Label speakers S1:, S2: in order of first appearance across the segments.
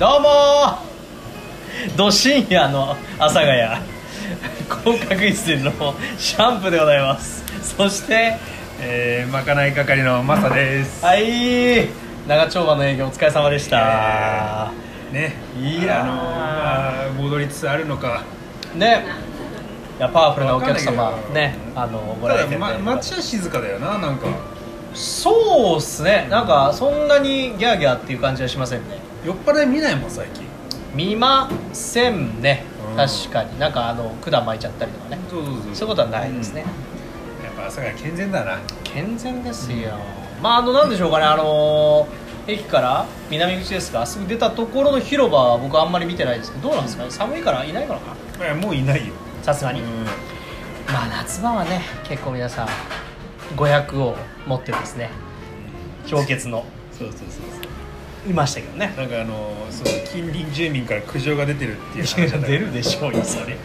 S1: どうもーど深夜の阿佐ヶ谷広角一線のシャンプーでございますそして
S2: えー、まかない係のマサです。
S1: はい長丁場の営業お疲れ様でした
S2: ね、
S1: いやー
S2: あのーまあ戻りつつあるのか。
S1: ねいやパワフルなお客様
S2: わかんない
S1: ね
S2: けど
S1: あのご
S2: た
S1: 来店
S2: だ、
S1: で
S2: ま、街は静かだよな、なんか。
S1: そうっすねなんかそんなにギャーギャーっていう感じはしませんね
S2: 酔っ払い見ないもん、最近。
S1: 見ませんね
S2: うん
S1: 確かになんかあの管巻いちゃったりとかね
S2: そうそうそう。
S1: そういうことはないですね、
S2: うん。やっぱ朝が健全だな。
S1: 健全ですよ、まああのなんでしょうかねあのー駅から南口ですかすぐ出たところの広場は僕あんまり見てないですけどどうなんですかね寒いからいないのかない
S2: や、もういないよ。
S1: さすがに、
S2: うん
S1: まあ夏場はね結構皆さん500を持ってですね氷結の
S2: そうそうそうそ
S1: いましたけどね
S2: う。なんか、あのー、そう、近隣住民から苦情が出てるっていう話だったか ら
S1: 出るでしょうよそれ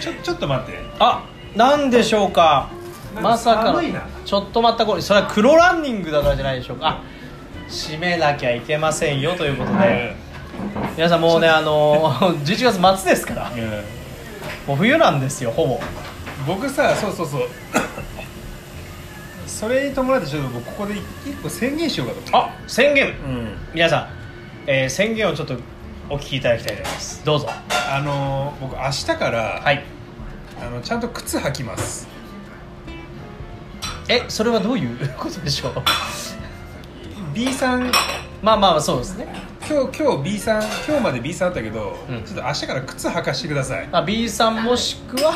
S2: ちょ、ちょっと待って。
S1: あなんでしょうか
S2: なんか
S1: まさかの
S2: 寒いな
S1: ちょっと待った頃にそれは黒ランニングだからじゃないでしょうかあ閉めなきゃいけませんよということで、皆さんもうねあのー 11月末ですから
S2: うん
S1: もう冬なんですよほぼ
S2: 僕さそうそう そうそれに伴ってちょっと僕ここで一個宣言しようかと思
S1: あ宣言
S2: ってうん
S1: 皆さん、えー宣言をちょっとお聞きいただきたいと思いますどうぞ
S2: あのー僕明日から、
S1: はい
S2: あのちゃんと靴履きます
S1: えそれはどういう ことでしょう
S2: B さん
S1: まあまあまあそうですね
S2: 今日今日 B さん今日まで B さんあったけど、
S1: うん
S2: ちょっと明日から靴履かしてください
S1: まあ B さんもしくは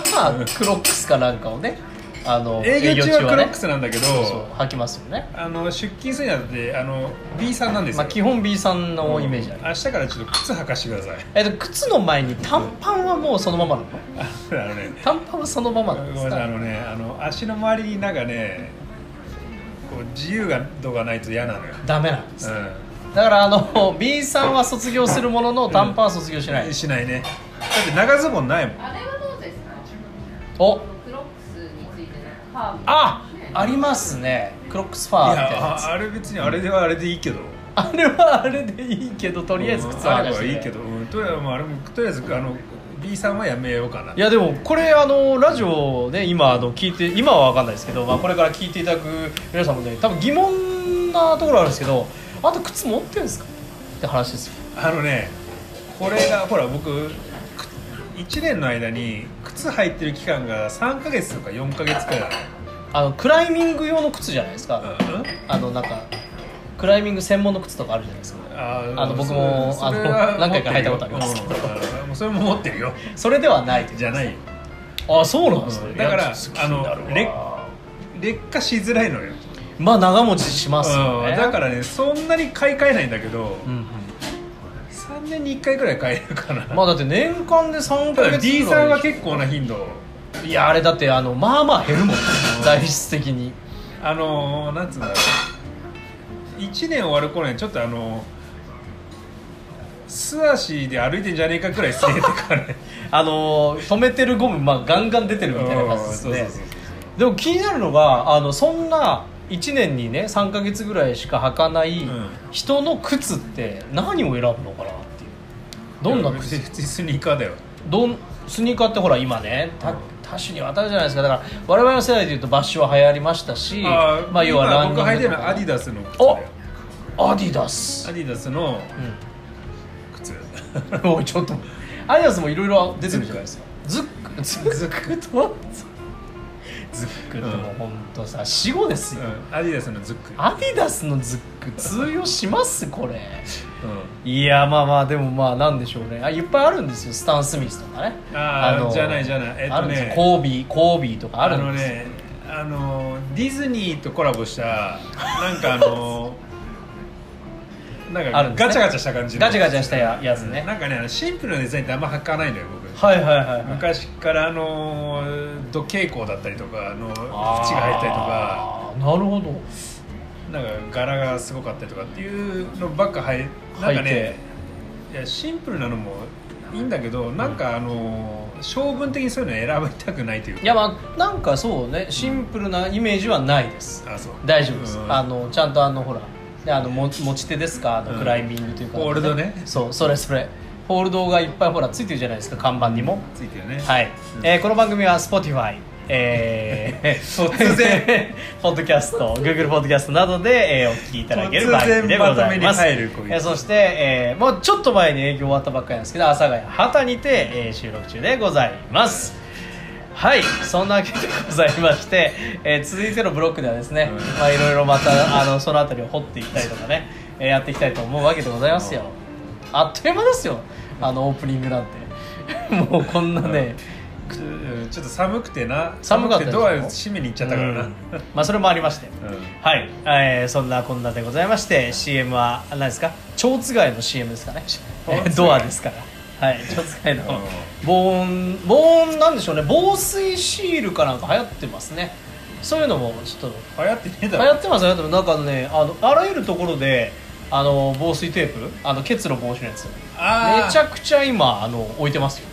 S1: クロックスかなんかをねあの
S2: 営業中はクロック
S1: ね
S2: スなんだけど、
S1: そうそう履きますよね
S2: あの出勤するにあたってあの B さんなんですよ、
S1: まあ基本 B さんのイメージある、
S2: 明日からちょっと靴履かしてください
S1: えっと靴の前に短パンはもうそのままなの
S2: あのね
S1: 短パンはそのまま
S2: ご
S1: なん
S2: め
S1: で
S2: ん
S1: す
S2: なさいあ
S1: か
S2: のねあの足の周りになんかねこう自由が度がないと嫌なのよ、
S1: ダメなんです
S2: う
S1: だからあの B さんは卒業するものの短パンは卒業しない、
S2: ん、しないねだって長ズボンないもん
S3: あれはどうですか
S1: お
S3: クロックスについてのハーブ
S1: あありますねクロックスファーみたいなやつ
S2: ああれ別にあれではあれでいいけど
S1: あれはあれでいいけどとりあえず靴
S2: あ
S1: は
S2: れ
S1: 脱がし
S2: ば
S1: てね
S2: いいけど、うん、とりあえずまああれもとりあえずあの B さんはやめようかない
S1: やでもこれあのラジオね今あの聞いて今は分かんないですけど、まあ、これから聞いていただく皆さんもね多分疑問なところあるんですけどあと靴持ってるんですかって話ですよ
S2: あのねこれがほら僕1年の間に靴履いてる期間が3ヶ月とか4ヶ月くらいな
S1: あのクライミング用の靴じゃないですか、
S2: のうん
S1: あのなんかクライミング専門の靴とかあるじゃないですか
S2: あ
S1: あの僕も
S2: それそれは
S1: あの何回か履いたことあります
S2: 持ってるようんあのそれも持ってるよ
S1: それではないという
S2: じゃないよ
S1: あそうなんですね、
S2: うんだから
S1: いやちょっと好きになるわ
S2: あのレ劣化しづらいのよ、
S1: まあ長持ちしますよ
S2: う
S1: ね
S2: んだからねそんなに買い替えないんだけど、
S1: うんうん
S2: 3年に1回ぐらい買えるかな、
S1: まあだって年間で3
S2: た
S1: ヶ
S2: だ
S1: 月
S2: D さんは結構な頻度
S1: 構いやあれだってあのまあまあ減るもん材質的に
S2: あのー、なんつうんだろう1年終わる頃にはちょっとあのー素足で歩いてんじゃねえかくらいすげえと かね
S1: あのー止めてるゴム、まあ、ガンガン出てるみたいな感じですねでも気になるのがあのそんな1年にね3ヶ月ぐらいしか履かない
S2: うん
S1: 人の靴って何を選ぶのかなっていうどんな靴
S2: いや別にスニーカーだよ
S1: どんスニーカーってほら今ねた多種にわたるじゃないですかだから我々の世代でいうとバッシュは流行りましたし
S2: あー
S1: まあ要は
S2: 今
S1: ランニング
S2: 僕履いてる
S1: と
S2: の
S1: か
S2: はアディダスの靴だ
S1: お
S2: よ
S1: アディダス
S2: ア、ディダスの
S1: う
S2: 靴
S1: ん、 おいちょっとアディダスもいろいろ出てるじゃないですかズックズックズックとズックってもうほんとさ死語ですよ、
S2: うんアディダスのズック
S1: アディダスのズック通用しますこれ
S2: うん
S1: いやまあまあでもまあなんでしょうねあいっぱいあるんですよスタン・スミスとかね
S2: あーじゃないじゃないえっとね
S1: あるんですよコービーコービーとかあ
S2: あ
S1: るん
S2: の
S1: ですよ
S2: ねあのディズニーとコラボしたなんかあ のなん
S1: あるん
S2: か
S1: ですね
S2: ガチャガチャした感じの
S1: ガチャガチャしたややつね
S2: なんかねあのシンプルなデザインってあんま履かないのよ僕
S1: はいはいはい、はい、
S2: 昔からあの土蛍光だったりとかあの縁が入ったりとか
S1: あーなるほど
S2: なんか柄がすごかったりとかっていうのばっか履いなんかねいやシンプルなのもいいんだけどなんかあの性分的にそういうの選びたくないというか
S1: いやまあなんかそうねシンプルなイメージはないです
S2: あそう
S1: 大丈夫です、
S2: うん
S1: あのちゃんとあのほらであのも持ち手ですかあの
S2: うん
S1: クライミングというか、
S2: ホールドね
S1: そうそれそれホールドがいっぱいほらついてるじゃないですか看板にも
S2: ついてるね
S1: はい、
S2: うん
S1: えーこの番組は Spotify えー、
S2: 突然
S1: ポッドキャスト Google ポッドキャストなどで、えーお聞きいただける番組でございます
S2: 突然まとめに入るこういう
S1: えーそして、えーもうちょっと前に営業終わったばっかりなんですけど阿佐ヶ谷畑にて、えー収録中でございますはいそんなわけでございまして、えー続いてのブロックではですね、
S2: うん
S1: まあいろいろまたあのその辺りを掘っていきたいとかね、えーやっていきたいと思うわけでございますよあっという間ですよあのオープニングなんて もうこんなね、
S2: くちょっと寒くてな
S1: 寒かったで
S2: く
S1: してょ
S2: ドア閉めに行っちゃったからな、
S1: うんまあそれもありましてはい、えーそんなこんなでございまして CM は何ですか蝶つがいの CM ですかね
S2: 蝶番
S1: ドアですからはい蝶つがいの
S2: うん
S1: 防音防音なんでしょうね防水シールかなんか流行ってますねそういうのもちょっと
S2: 流行ってねえ
S1: 流
S2: だ
S1: 行
S2: ろ
S1: ってますよでもなんかねあのあらゆるところであの防水テープあのケツの防止のやつ
S2: あー
S1: めちゃくちゃ今あの置いてますよ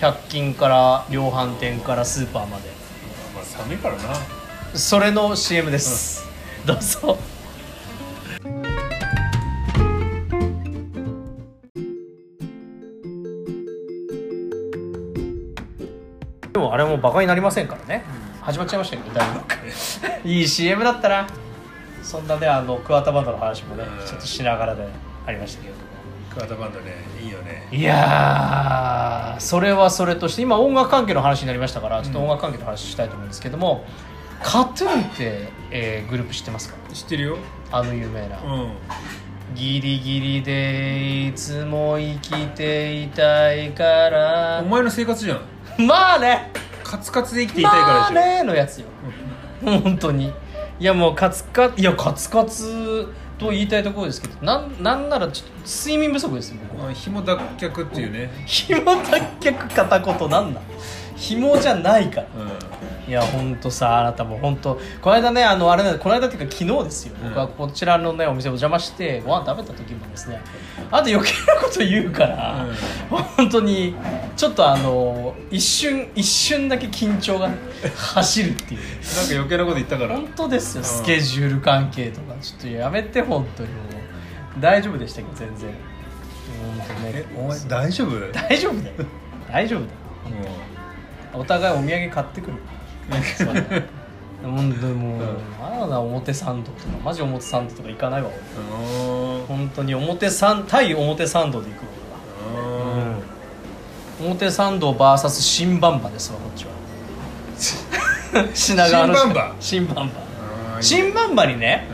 S1: 100均から量販店からスーパーまで
S2: まあ寒いからな
S1: それの CM です、どうぞでもあれもバカになりませんからね、始まっちゃいましたけどだいぶいい CM だったなそんなねあの桑田バンドの話もね、
S2: うん
S1: ちょっとしながらでありましたけれども
S2: 桑田バンドねいいよね
S1: いやーそれはそれとして今音楽関係の話になりましたからちょっと音楽関係の話したいと思うんですけども、カトゥーンって、えーグループ知ってますか
S2: 知ってるよ
S1: あの有名な、
S2: うん
S1: ギリギリでいつも生きていたいから
S2: お前の生活じゃん
S1: まあね
S2: カツカツで生きていたいからでしょ、
S1: まあねのやつよ本当にいやもうカツカいやカツカツと言いたいところですけどなんなんならちょっと睡眠不足ですよ僕は
S2: まあ紐脱却っていうね、
S1: 紐脱却片言なんだ紐じゃないから
S2: うん、
S1: いやほんとさあなたも本当この間ねあのあれねこの間っていうか昨日ですよ
S2: うん
S1: 僕はこちらのねお店お邪魔してご飯食べた時もですねあと余計なこと言うから、本当にちょっとあの一瞬一瞬だけ緊張がね走るっていう
S2: なんか余計なこと言ったから
S1: 本当ですよ
S2: うん
S1: スケジュール関係とかちょっとやめて本当にもう大丈夫でしたけど全然本当ね
S2: えお前大丈夫もう
S1: 大丈夫だよ大丈夫だよお互いお土産買ってく る本当にもう、
S2: うん
S1: まだな表参道とかマジ表参道とか行かないわ俺
S2: あのー
S1: 本当に表参対表参道で行く俺は、
S2: あ
S1: うん、表参道 VS 新バンバですわこっちは 品川の
S2: 新バンバ
S1: 新バン
S2: ー
S1: バ
S2: あー
S1: 新バンバにね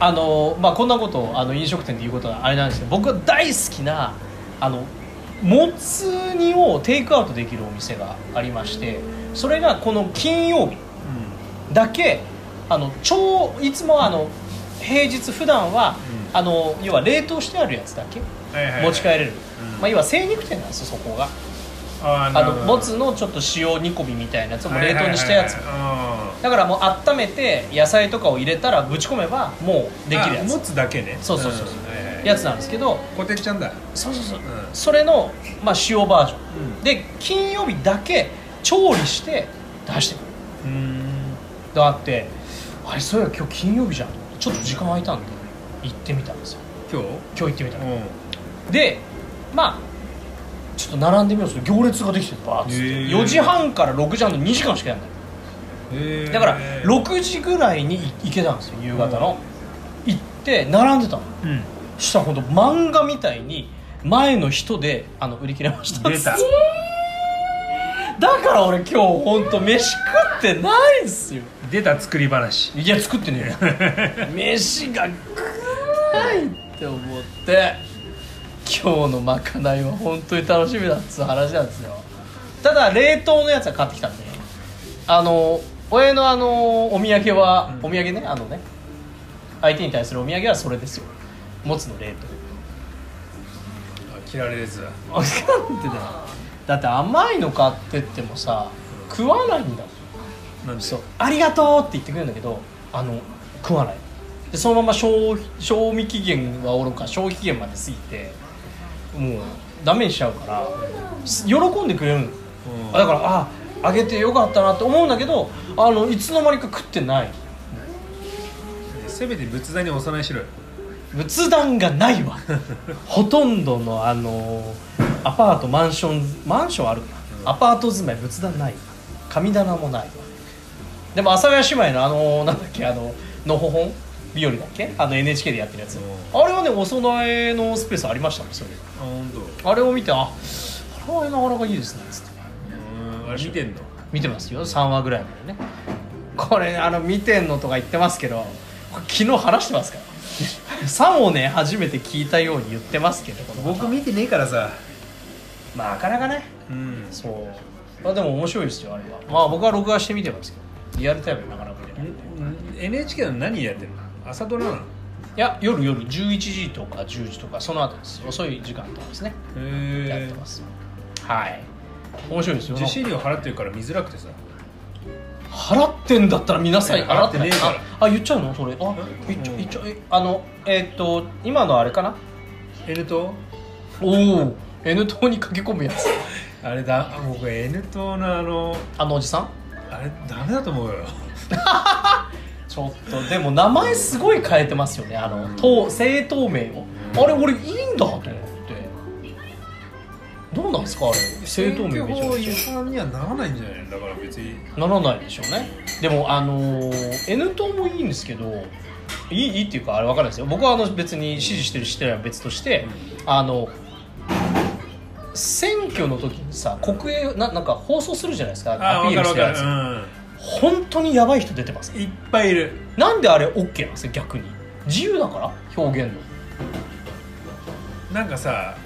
S2: うん
S1: あのまあこんなことをあの飲食店で言うことはあれなんですけど僕が大好きなあのもつ煮をテイクアウトできるお店がありましてそれがこの金曜日だけあの超いつもあの平日普段は、
S2: うん
S1: あの要は冷凍してあるやつだけ
S2: はいはいはい
S1: 持ち帰れる、
S2: うん
S1: まあ、要は精肉店なんですよそこが
S2: あーな
S1: あ
S2: るほ
S1: の
S2: ど
S1: もつのちょっと塩煮込みみたいなやつをもう冷凍にしたやつ
S2: はいはいはいはい
S1: だからもう温めて野菜とかを入れたらぶち込めばもうできるや
S2: あ
S1: つ
S2: 持つだけね
S1: そうそうそうそうん
S2: はいはい
S1: やつなんですけど
S2: こてっちゃんだ
S1: そうそうそう、
S2: ん
S1: それの、まあ、塩バージョン、
S2: うん
S1: で金曜日だけ調理して出してくる
S2: うん
S1: だってあれそういや今日金曜日じゃんちょっと時間空いたんで行ってみたんですよ
S2: 今日
S1: 今日行ってみた
S2: う
S1: ら、
S2: ん
S1: でまあちょっと並んでみようとすると行列ができてバーッつって
S2: へー
S1: 4時半から6時半の2時間しかやんない
S2: へー
S1: だから6時ぐらいに行けたんですよ夕方の、行って並んでたの
S2: うん
S1: したらほんと漫画みたいに前の人であの売り切れました
S2: 出た
S1: だから俺今日ほんと飯食ってないんすよ
S2: 出た作り話
S1: いや作ってねえよ飯が食えないって思って今日のまかないは本当に楽しみだっつう話なんですよただ冷凍のやつは買ってきたんであの親のあのお土産は、
S2: うん
S1: お土産ねあのね相手に対するお土産はそれですよもつの冷凍
S2: 切られるやつだ
S1: 分かってだよだって甘いの買ってってもさ食わないんだもん
S2: なんで
S1: そう「ありがとう」って言ってくれるんだけどあの食わないでそのまま賞賞味期限はおろか賞味期限まで過ぎてもうダメにしちゃうからす喜んでくれるの
S2: うん
S1: あだからああげてよかったなって思うんだけどあのいつの間にか食ってない
S2: せめて仏壇にお供えしろよ
S1: 仏壇がないわ ほとんどのあのアパートマンションマンションあるか
S2: うん
S1: なアパート住まい仏壇ないわ神棚もないわでも阿佐ヶ谷姉妹のあのなんだっけあののほほん日和だっけあの NHK でやってるやつ
S2: う
S1: あれはねお供えのスペースありましたねそれ
S2: あ本当。
S1: あれを見てああれはなかなかいいですねつって
S2: うんあれ見てんの
S1: 見てますよ3話ぐらいまでねこれあの見てんのとか言ってますけどこれ昨日話してますから3をね初めて聞いたように言ってますけどこの方
S2: 僕見てねえからさ
S1: まあなかなかね
S2: うん
S1: そうまあでも面白いですよあれはまあ僕は録画して見てますけどリアルタイムでなかなか見れないい
S2: んん NHK の何やってるの朝ドラなのへ
S1: や夜夜11時とか10時とかそのあたりです遅い時間とかですねやってますはい面白いですよ
S2: 受信料払ってるから見づらくてさ
S1: 払ってんだったら見なさい
S2: 払ってねえから
S1: ああ言っちゃうのそれあ言っちゃ
S2: う
S1: うん言っちゃうえあのえーっと今のあれかな
S2: N 党
S1: おお N 党に駆け込むやつ
S2: あれだ僕 N 党のあの
S1: あのおじさん
S2: あれダメだと思 うよ
S1: ちょっとでも名前すごい変えてますよねあの党政党名をあれ俺いいんだと思ってどうなんですかあれ政党名めちゃ
S2: 選
S1: く
S2: 挙
S1: ち
S2: 法
S1: ゃ
S2: 違反にはならないんじゃないのだから別に
S1: ならないでしょうねでもあのー N 党もいいんですけどいいいいっていうかあれ分かるんないですよ僕はあの別に支持してるしてないは別として、あの選挙の時にさ国営ななんか放送するじゃないですか
S2: あ
S1: ア
S2: 分
S1: ピ
S2: か
S1: ールし
S2: る分
S1: て
S2: か
S1: るやつ、
S2: る、
S1: 本当にやばい人出てます
S2: うん、いっぱいいる
S1: なんであれ OK なんですか逆に自由だから表現の
S2: なんかさ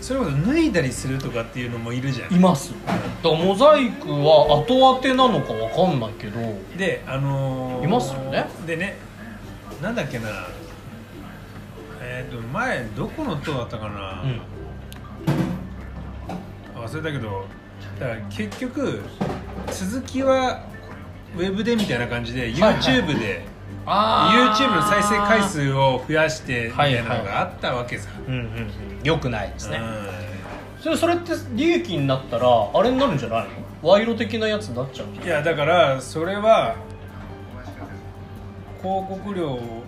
S2: それこそ脱いだりするとかっていうのもいるじゃ
S1: い
S2: ん
S1: ますだからモザイクは後当てなのか分かんないけど
S2: であのー
S1: いますよね
S2: でねなんだっけなえっ、と前どこの党だったかな、
S1: うん
S2: 忘れたけどだから結局続きはウェブでみたいな感じで YouTube で、YouTube の再生回数を増やしてみたいなのがあったわけさ、
S1: うんうんうんよくないですね、
S2: う
S1: それそれって利益になったらあれになるんじゃないの賄賂的なやつになっちゃうんじゃ
S2: ん
S1: ない
S2: いやだからそれは広告料を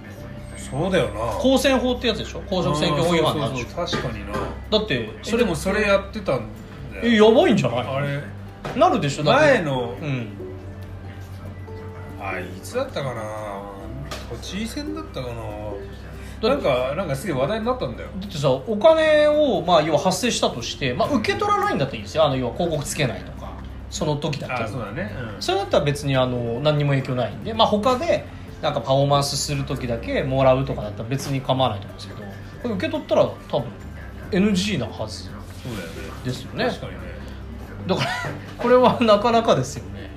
S2: そうだよな
S1: 公選法ってやつでしょ公職選挙法違反になる
S2: う
S1: でし
S2: ん
S1: ょ
S2: そうそうそう確かにな
S1: だって
S2: そ
S1: そ
S2: れ
S1: れ
S2: もそれやってたんだ
S1: え
S2: よ
S1: やばいんじゃな
S2: あれ
S1: いなるでしょだって
S2: 前の
S1: うん
S2: あいつだったかな都知事選だったかな
S1: だ
S2: なんかなんかすげえ話題になったんだよ
S1: だってさお金をまあ要は発生したとしてまあ受け取らないんだったらいいですよあの要は広告つけないとかその時だった
S2: あ
S1: ら
S2: そうだね、
S1: それだったら別にあの何にも影響ないんでまあ他でなんかパフォーマンスする時だけもらうとかだったら別に構わないと思うんですけどこれ受け取ったら多分 NG なはず
S2: そうだよね
S1: ですよね
S2: 確かにね
S1: だからこれはなかなかですよね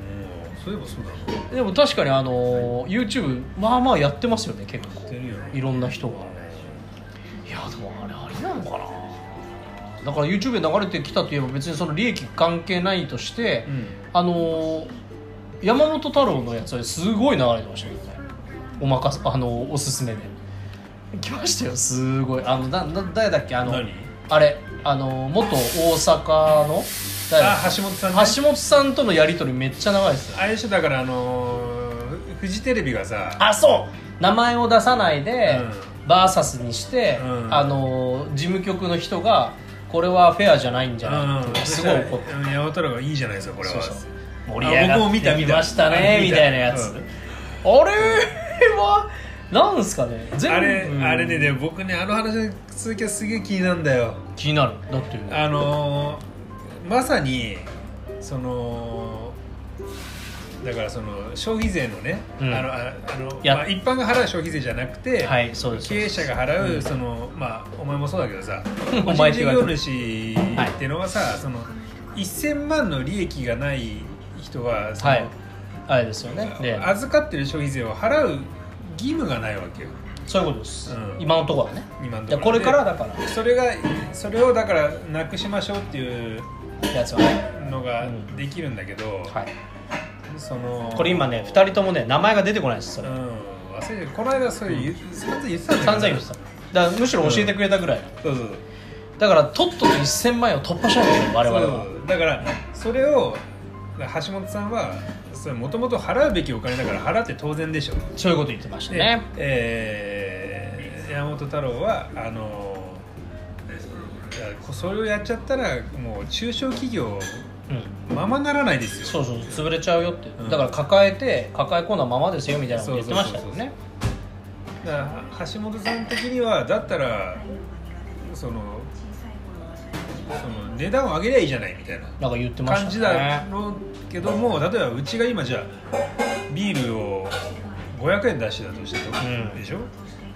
S2: うんそういえばそうだなや
S1: でも確かにあの YouTube まあまあやってますよね結構
S2: ってるよね
S1: いろんな人がいやでもあれありなのかなだから YouTube で流れてきたといえば別にその利益関係ないとして、
S2: うん
S1: あのー山本太郎のやつはすごい流れてましたけどねおまかせあのおすすめで来ましたよすごいあのだだ誰だっけあの
S2: 何
S1: あれあの元大阪の誰だっけ
S2: あ橋本さん、ね、
S1: 橋本さんとのやり取りめっちゃ長いですよ
S2: あれでしょだからあのーフジテレビがさ
S1: あそう名前を出さないで、バーサスにして、
S2: うん
S1: あの事務局の人がこれはフェアじゃないんじゃないって、すごい怒って
S2: うん山太郎がいいじゃないですかこれは
S1: そうそう盛り上が
S2: 僕も
S1: っ
S2: 見た
S1: て
S2: 見
S1: き
S2: た
S1: ました
S2: あ
S1: ね
S2: 見た
S1: みたいなやつ、
S2: うん
S1: あれはなんですかね全部
S2: あれ、
S1: うん
S2: あれねでも僕ねあの話の続きはすげえ気になるんだよ
S1: 気になるだって
S2: あのーまさにそのだからその消費税のね、
S1: うん
S2: あのああの
S1: や
S2: まあ、一般が払う消費税じゃなくて、
S1: はいそうです
S2: 経営者が払う、
S1: うん
S2: そのまあお前もそうだけどさ
S1: お
S2: 個
S1: 前
S2: 人
S1: って言わ
S2: 事
S1: れ
S2: 業
S1: た
S2: 主
S1: はい
S2: ってのはさ、その1000万の利益がない人はその、
S1: はいあれですよねで
S2: 預かってる消費税を払う義務がないわけよ
S1: そういうことです、
S2: うん
S1: 今のところはね
S2: 今のと
S1: で
S2: こ
S1: これ
S2: ろで
S1: からだから
S2: それがそれをだからなくしましょうっていう
S1: やつはね、
S2: のが
S1: うん
S2: できるんだけど、
S1: はい、
S2: その
S1: これ今ね2人ともね名前が出てこないですそ
S2: うん
S1: れ
S2: 忘れてるこの間それ言う散々言ってたんだ
S1: 散々
S2: け
S1: 言
S2: ど
S1: ってただからむしろ教えてくれたぐらい、
S2: そうそうそう
S1: だからとっとと1000万円を突破しなきゃいけない我々は
S2: そうだからそれを橋本さんはそれもともと払うべきお金だから払って当然でしょ
S1: そういうこと言ってました
S2: で
S1: ね
S2: え山本太郎はあのいやそれをやっちゃったらもう中小企業
S1: うん
S2: ままならないですよ
S1: そうそう潰れちゃうよって、
S2: うん
S1: だから抱えて抱え込んだままですよみたいなこと言ってましたよ
S2: そうそう
S1: ね
S2: だから橋本さん的にはだったらそのその値段を上げりゃいいじゃないみたいな
S1: なんか言ってましたね
S2: 感じだろうけども例えばうちが今じゃあビールを500円出してたとしてと、
S1: うん
S2: でしょ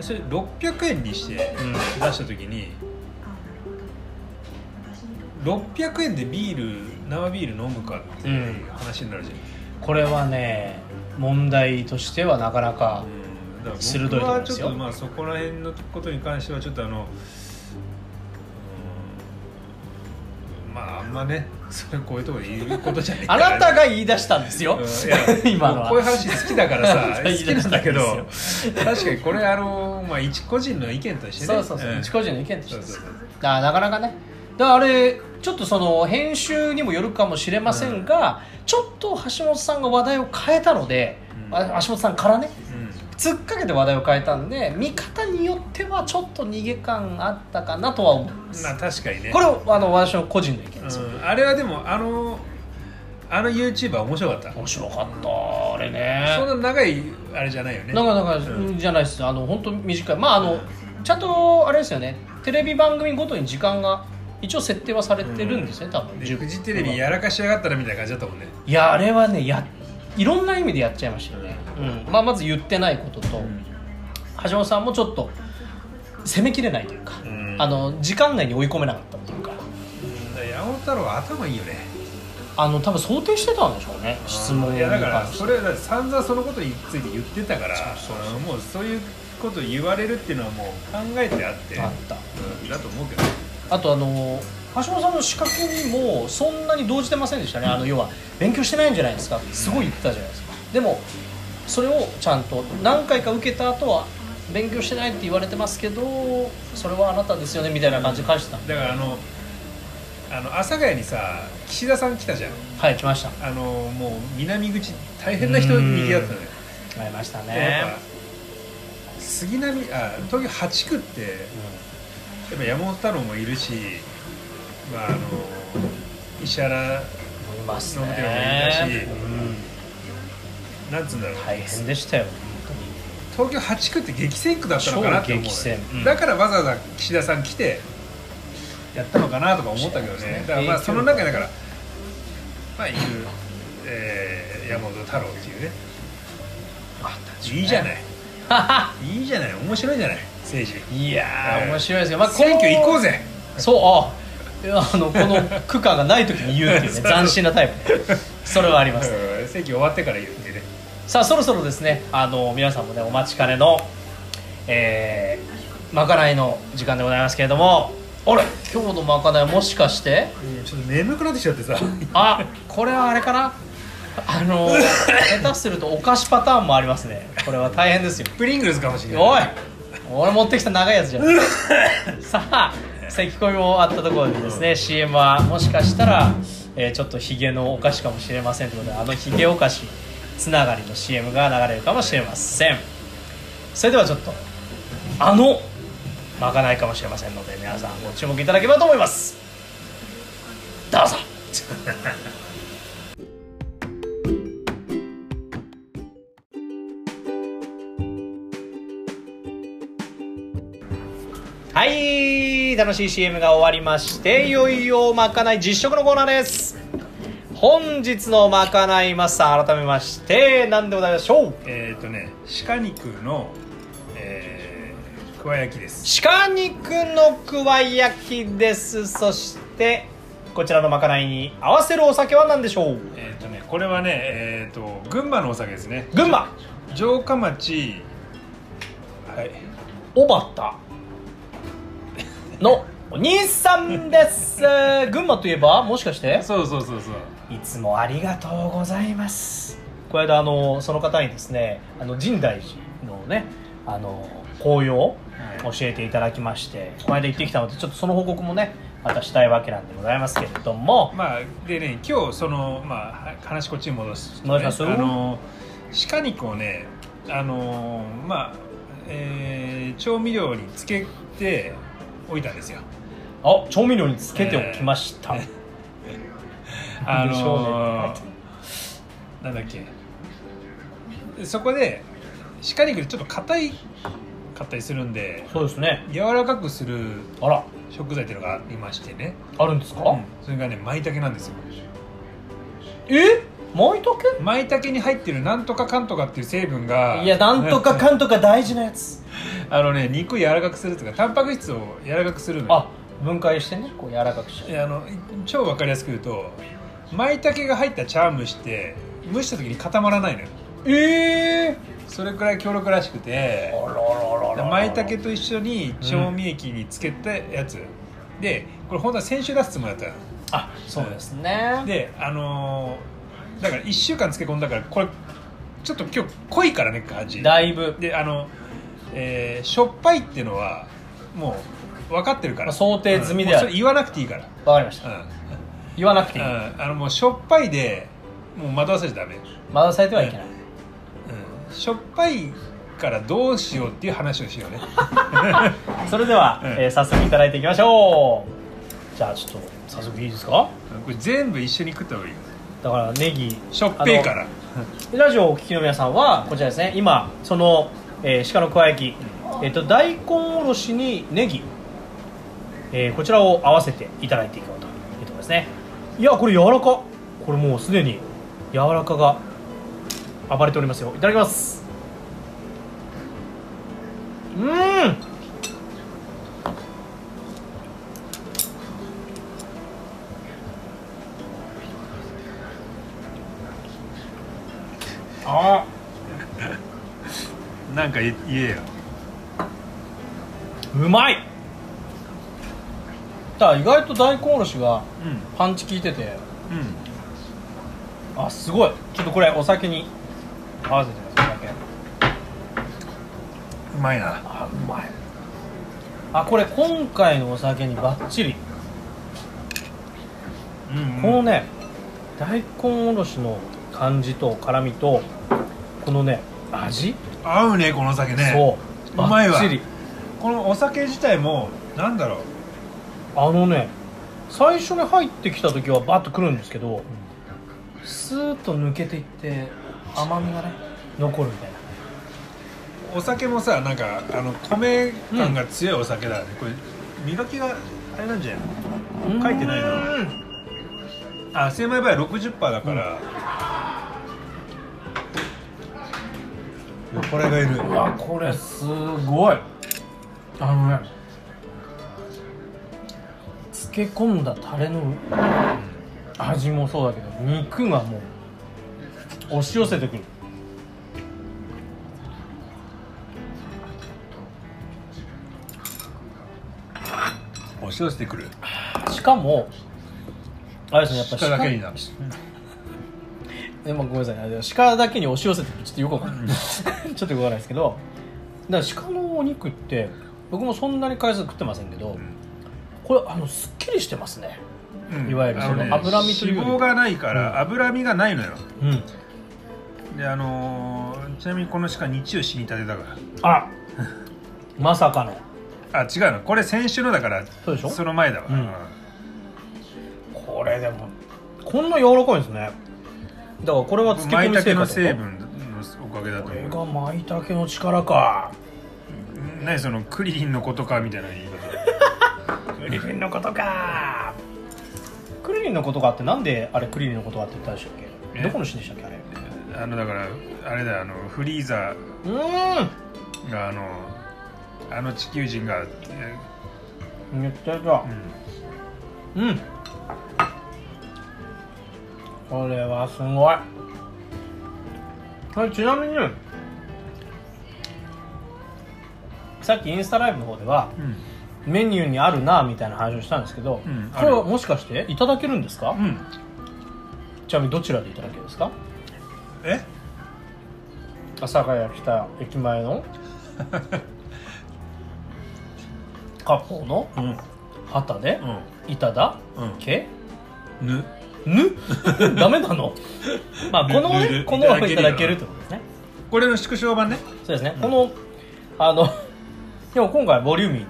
S2: それ600円にして
S1: うん
S2: 出した時に600円でビール生ビール飲むかっていう話になるじゃん、
S1: これはね問題としてはなかなか
S2: だから
S1: 鋭いとこ
S2: 僕
S1: ろ
S2: は
S1: で
S2: ちょっ
S1: すよ
S2: とまあそこら辺のことに関してはちょっとあのうんまああんまねそれこういうところで言うことじゃない
S1: あなたが言い出したんですよ、
S2: うんいや
S1: 今のは
S2: こういう話好きだから さ
S1: 言い
S2: 好
S1: 出し
S2: きなん
S1: た
S2: だ
S1: んで
S2: け
S1: すよ
S2: ど確かにこれあのまあ一個人の意見としてね
S1: そうそうそう、
S2: ん
S1: 一個人の意見として
S2: そうそうそう
S1: だからなかなかねだからあれちょっとその編集にもよるかもしれませんが、ちょっと橋本さんが話題を変えたので、
S2: うん
S1: あ橋本さんからね
S2: うん
S1: 突っかけて話題を変えたんで見方によってはちょっと逃げ感あったかなとは思う
S2: まあ確かにね
S1: これをあの私の個人の意見ですよ、
S2: うんあれはでもあのあの YouTuber 面白かった
S1: 面白かったあれね
S2: そんな長いあれじゃないよね
S1: なかなか
S2: うん
S1: じゃないですあの本当短いまああのちゃんとあれですよねテレビ番組ごとに時間が一応設定はされてるんですね、多分
S2: で
S1: 10
S2: フジテレビやらかしやがったらみたいな感じだったもんね
S1: いやあれはねやいろんな意味でやっちゃいましたよね、うんまあ、まず言ってないことと、橋本さんもちょっと攻めきれないというか、
S2: うん
S1: あの時間内に追い込めなかったというか
S2: だから山本太郎は頭いいよね
S1: あの多分想定してたんでしょうね質問
S2: い
S1: に
S2: やだから
S1: 関して
S2: それはだって散々そのことについて言ってたからそのもうそういうこと言われるっていうのはもう考えてあって、
S1: あった
S2: うんだと思うけど
S1: あとあの橋本さんの仕掛けにもそんなに動じてませんでしたねあの要は勉強してないんじゃないですかってすごい言ってたじゃないですかでもそれをちゃんと何回か受けた後は勉強してないって言われてますけどそれはあなたですよねみたいな感じで返してたんで
S2: だからあのあの阿佐ヶ谷にさ岸田さん来たじゃん
S1: はい来ました
S2: あのもう南口大変な人にぎわってたのよ
S1: 来ました
S2: でや
S1: ね
S2: っぱ杉並あ東京8区ってやっぱ山本太郎もいるし、まあ、あの石原
S1: うんいます
S2: 飲む手が多いらし
S1: ね
S2: いなんつうんだろう
S1: うん大変でしたよ
S2: 東京8区って激戦区だったのかなって思う
S1: 超激戦うん
S2: だからわざわざ岸田さん来てやったのかなとか思ったけど
S1: そうです
S2: ね
S1: ね
S2: だからまあ
S1: 影響
S2: その中でだからまあいる、えー、山本太郎っていうねいいじゃない
S1: 本
S2: いいじゃない面白いじゃない政治
S1: 当に いや
S2: え
S1: ー
S2: ー
S1: 面白いですよ、まあ、
S2: 選挙行こう
S1: ぜ
S2: ぜ
S1: そうあいやあのこの区間がない時に言うっていうね斬新なタイプねそれはあります
S2: うん選挙終わってから言うってね
S1: さあそろそろですねあの皆さんもねお待ちかねのえーまかないの時間でございますけれどもあれ今日のまかないもしかして
S2: ちょっと眠くなってきちゃっ てさ
S1: あこれはあれかなあの下手するとお菓子パターンもありますねこれは大変ですよ
S2: プリングルズかもしれない
S1: おい俺持ってきた長いやつじゃんさあ咳き込みもあったところでですね、CM はもしかしたら、えーちょっとヒゲのお菓子かもしれませんということであのヒゲお菓子つながりの CM が流れるかもしれませんそれではちょっとあのまかないかもしれませんので皆さんご注目いただければと思いますどうぞはい楽しい CM が終わりましていよいよまかない実食のコーナーです本日のまかないマスター改めまして何でございましょう
S2: えっ、とね鹿肉のえー、くわ焼きです
S1: 鹿肉のくわ焼きですそしてこちらのまかないに合わせるお酒は何でしょう
S2: えっ、とねこれはねえっ、と群馬のお酒ですね
S1: 群馬
S2: 城下町はい
S1: 小畑のお兄さんです群馬といえばもしかして
S2: そうそうそうそう
S1: いつもありがとうございます。この間あのその方にですね、あの神代寺のね、あの紅葉を教えていただきまして、この間行ってきたのでちょっとその報告もね、またしたいわけなんでございますけれども、
S2: まあでね今日そのまあは話こっちに戻すと、
S1: 戻します
S2: あの鹿肉をねあのまあえー調味料につけておいたんですよ
S1: あ調味料につけておきました、
S2: あ
S1: でしょうね
S2: の
S1: は
S2: ーなんだっけそこで鹿肉でちょっと硬いかったりするんで
S1: そうですね
S2: 柔らかくする
S1: あら
S2: 食材っていうのがありましてね、
S1: あるんですか、
S2: うんそれがね舞茸なんですよ
S1: え舞茸
S2: 舞茸に入ってるなんとかかんとかっていう成分が
S1: いやなんとかかんとか大事なやつ
S2: あのね肉を柔らかくするとかタンパク質を柔らかくするのよ
S1: あ分解してねこう柔らかくして
S2: えあのい超わかりやすく言うと舞茸が入った茶蒸しって蒸した時に固まらないのよ
S1: ええ
S2: それくらい強力らしくて
S1: あらららら
S2: 舞茸と一緒に調味液につけたやつ、でこれ本当は先週出すつもりだったの
S1: あそうですね
S2: であのーだから1週間漬け込んだからこれちょっと今日濃いからね味
S1: だいぶ、
S2: であの、えーしょっぱいっていうのはもう分かってるから
S1: まあ想定済みである
S2: うんもうそれ言わなくていいから、
S1: わかりました
S2: うん
S1: 言わなくていい
S2: うんあのもうしょっぱいでもう惑わせちゃダメ、
S1: まだされてはいけない
S2: うん、しょっぱいからどうしようっていう話をし ようね
S1: それでは、
S2: うん
S1: えー早速いただいていきましょうじゃあちょっと早速いいですか
S2: これ全部一緒に食った方がいいよ
S1: だからネギ
S2: しょっぺいか
S1: あ
S2: ら
S1: のラジオをお聞きの皆さんはこちらですね今その、えー鹿の桑焼き、えー、と大根おろしにネギ、えーこちらを合わせていただいていこうというところですねいやこれ柔らかこれもうすでに柔らかが暴れておりますよいただきますうーんあ
S2: なんか言えよ
S1: うまいだから意外と大根おろしが
S2: う
S1: パンチ効いてて
S2: んうん
S1: あすごいちょっとこれお酒に合わせてくださいお酒
S2: うまいな
S1: あうまいあこれ今回のお酒にバッチリ、
S2: うん
S1: このね大根おろしの感じと辛みとこのね味、
S2: 合うねこのお酒ね
S1: そう
S2: うまいわ
S1: バッチリ
S2: このお酒自体もなんだろう
S1: あのね最初に入ってきた時はバッとくるんですけど、スーッと抜けていって甘みがね残るみたいな
S2: お酒もさなんかあの米感が強いお酒だね、これ磨きがあれなんじゃないの書いてないな
S1: うん
S2: あ精米倍60%だから、これがいる
S1: うわこれすごいあのね漬け込んだタレの味もそうだけど肉がもう押し寄せてくる
S2: 押し寄せてくる
S1: しかもあれですねやっぱ
S2: 鹿だけになる
S1: でもごめんなさいね鹿だけに押し寄せてくるちょっとよくわかんない ちょっとよくわかんないですけどだから鹿のお肉って僕もそんなに回数食ってませんけど、これあのすっきりしてますね
S2: うん
S1: いわゆるその
S2: あね
S1: 脂身というより
S2: 脂肪がないから、
S1: うん
S2: 脂身がないのよ
S1: うん
S2: であのーちなみにこの鹿日中死にたてだか
S1: あまさかの
S2: らあ違うのこれ先週のだから
S1: そうでしょ
S2: の前だわ、
S1: うんこれでもこんな柔らかいんですねだからこれは漬け込
S2: 舞
S1: み成果
S2: 茸の
S1: ってこと
S2: 成分のおかげだと
S1: これ
S2: 思う
S1: が舞茸の力か
S2: 何そのクリリンのことかみたいな言い方
S1: クリリンのことかクリリンのことかってなんであれクリリンのことかって言ったでしたっけ
S2: え
S1: どこのシーンでしたっけあれ
S2: あのだからあれだよあのフリーザ
S1: うーん
S2: ーがあのあの地球人が、え
S1: めっちゃだ
S2: ー
S1: うんこれはすごいこれちなみにさっきインスタライブの方では
S2: うんうん
S1: メニューにあるなみたいな話をしたんですけど、
S2: うん
S1: これ
S2: あ
S1: は
S2: る
S1: もしかしていただけるんですか、
S2: うん
S1: ちなみにどちらでいただけるんですか
S2: え
S1: 阿佐ヶ谷北駅前 の割烹の
S2: うん
S1: 旗で
S2: うん
S1: いただ
S2: うん
S1: け
S2: ぬ
S1: ぬ ダメなのまあこの
S2: ぬ
S1: ね
S2: ぬ
S1: このをい
S2: い
S1: た
S2: た
S1: だ
S2: だ
S1: け
S2: け
S1: る
S2: る
S1: ってことですね
S2: これの縮小版ね
S1: そうですね、このあの でも今回ボリューミーに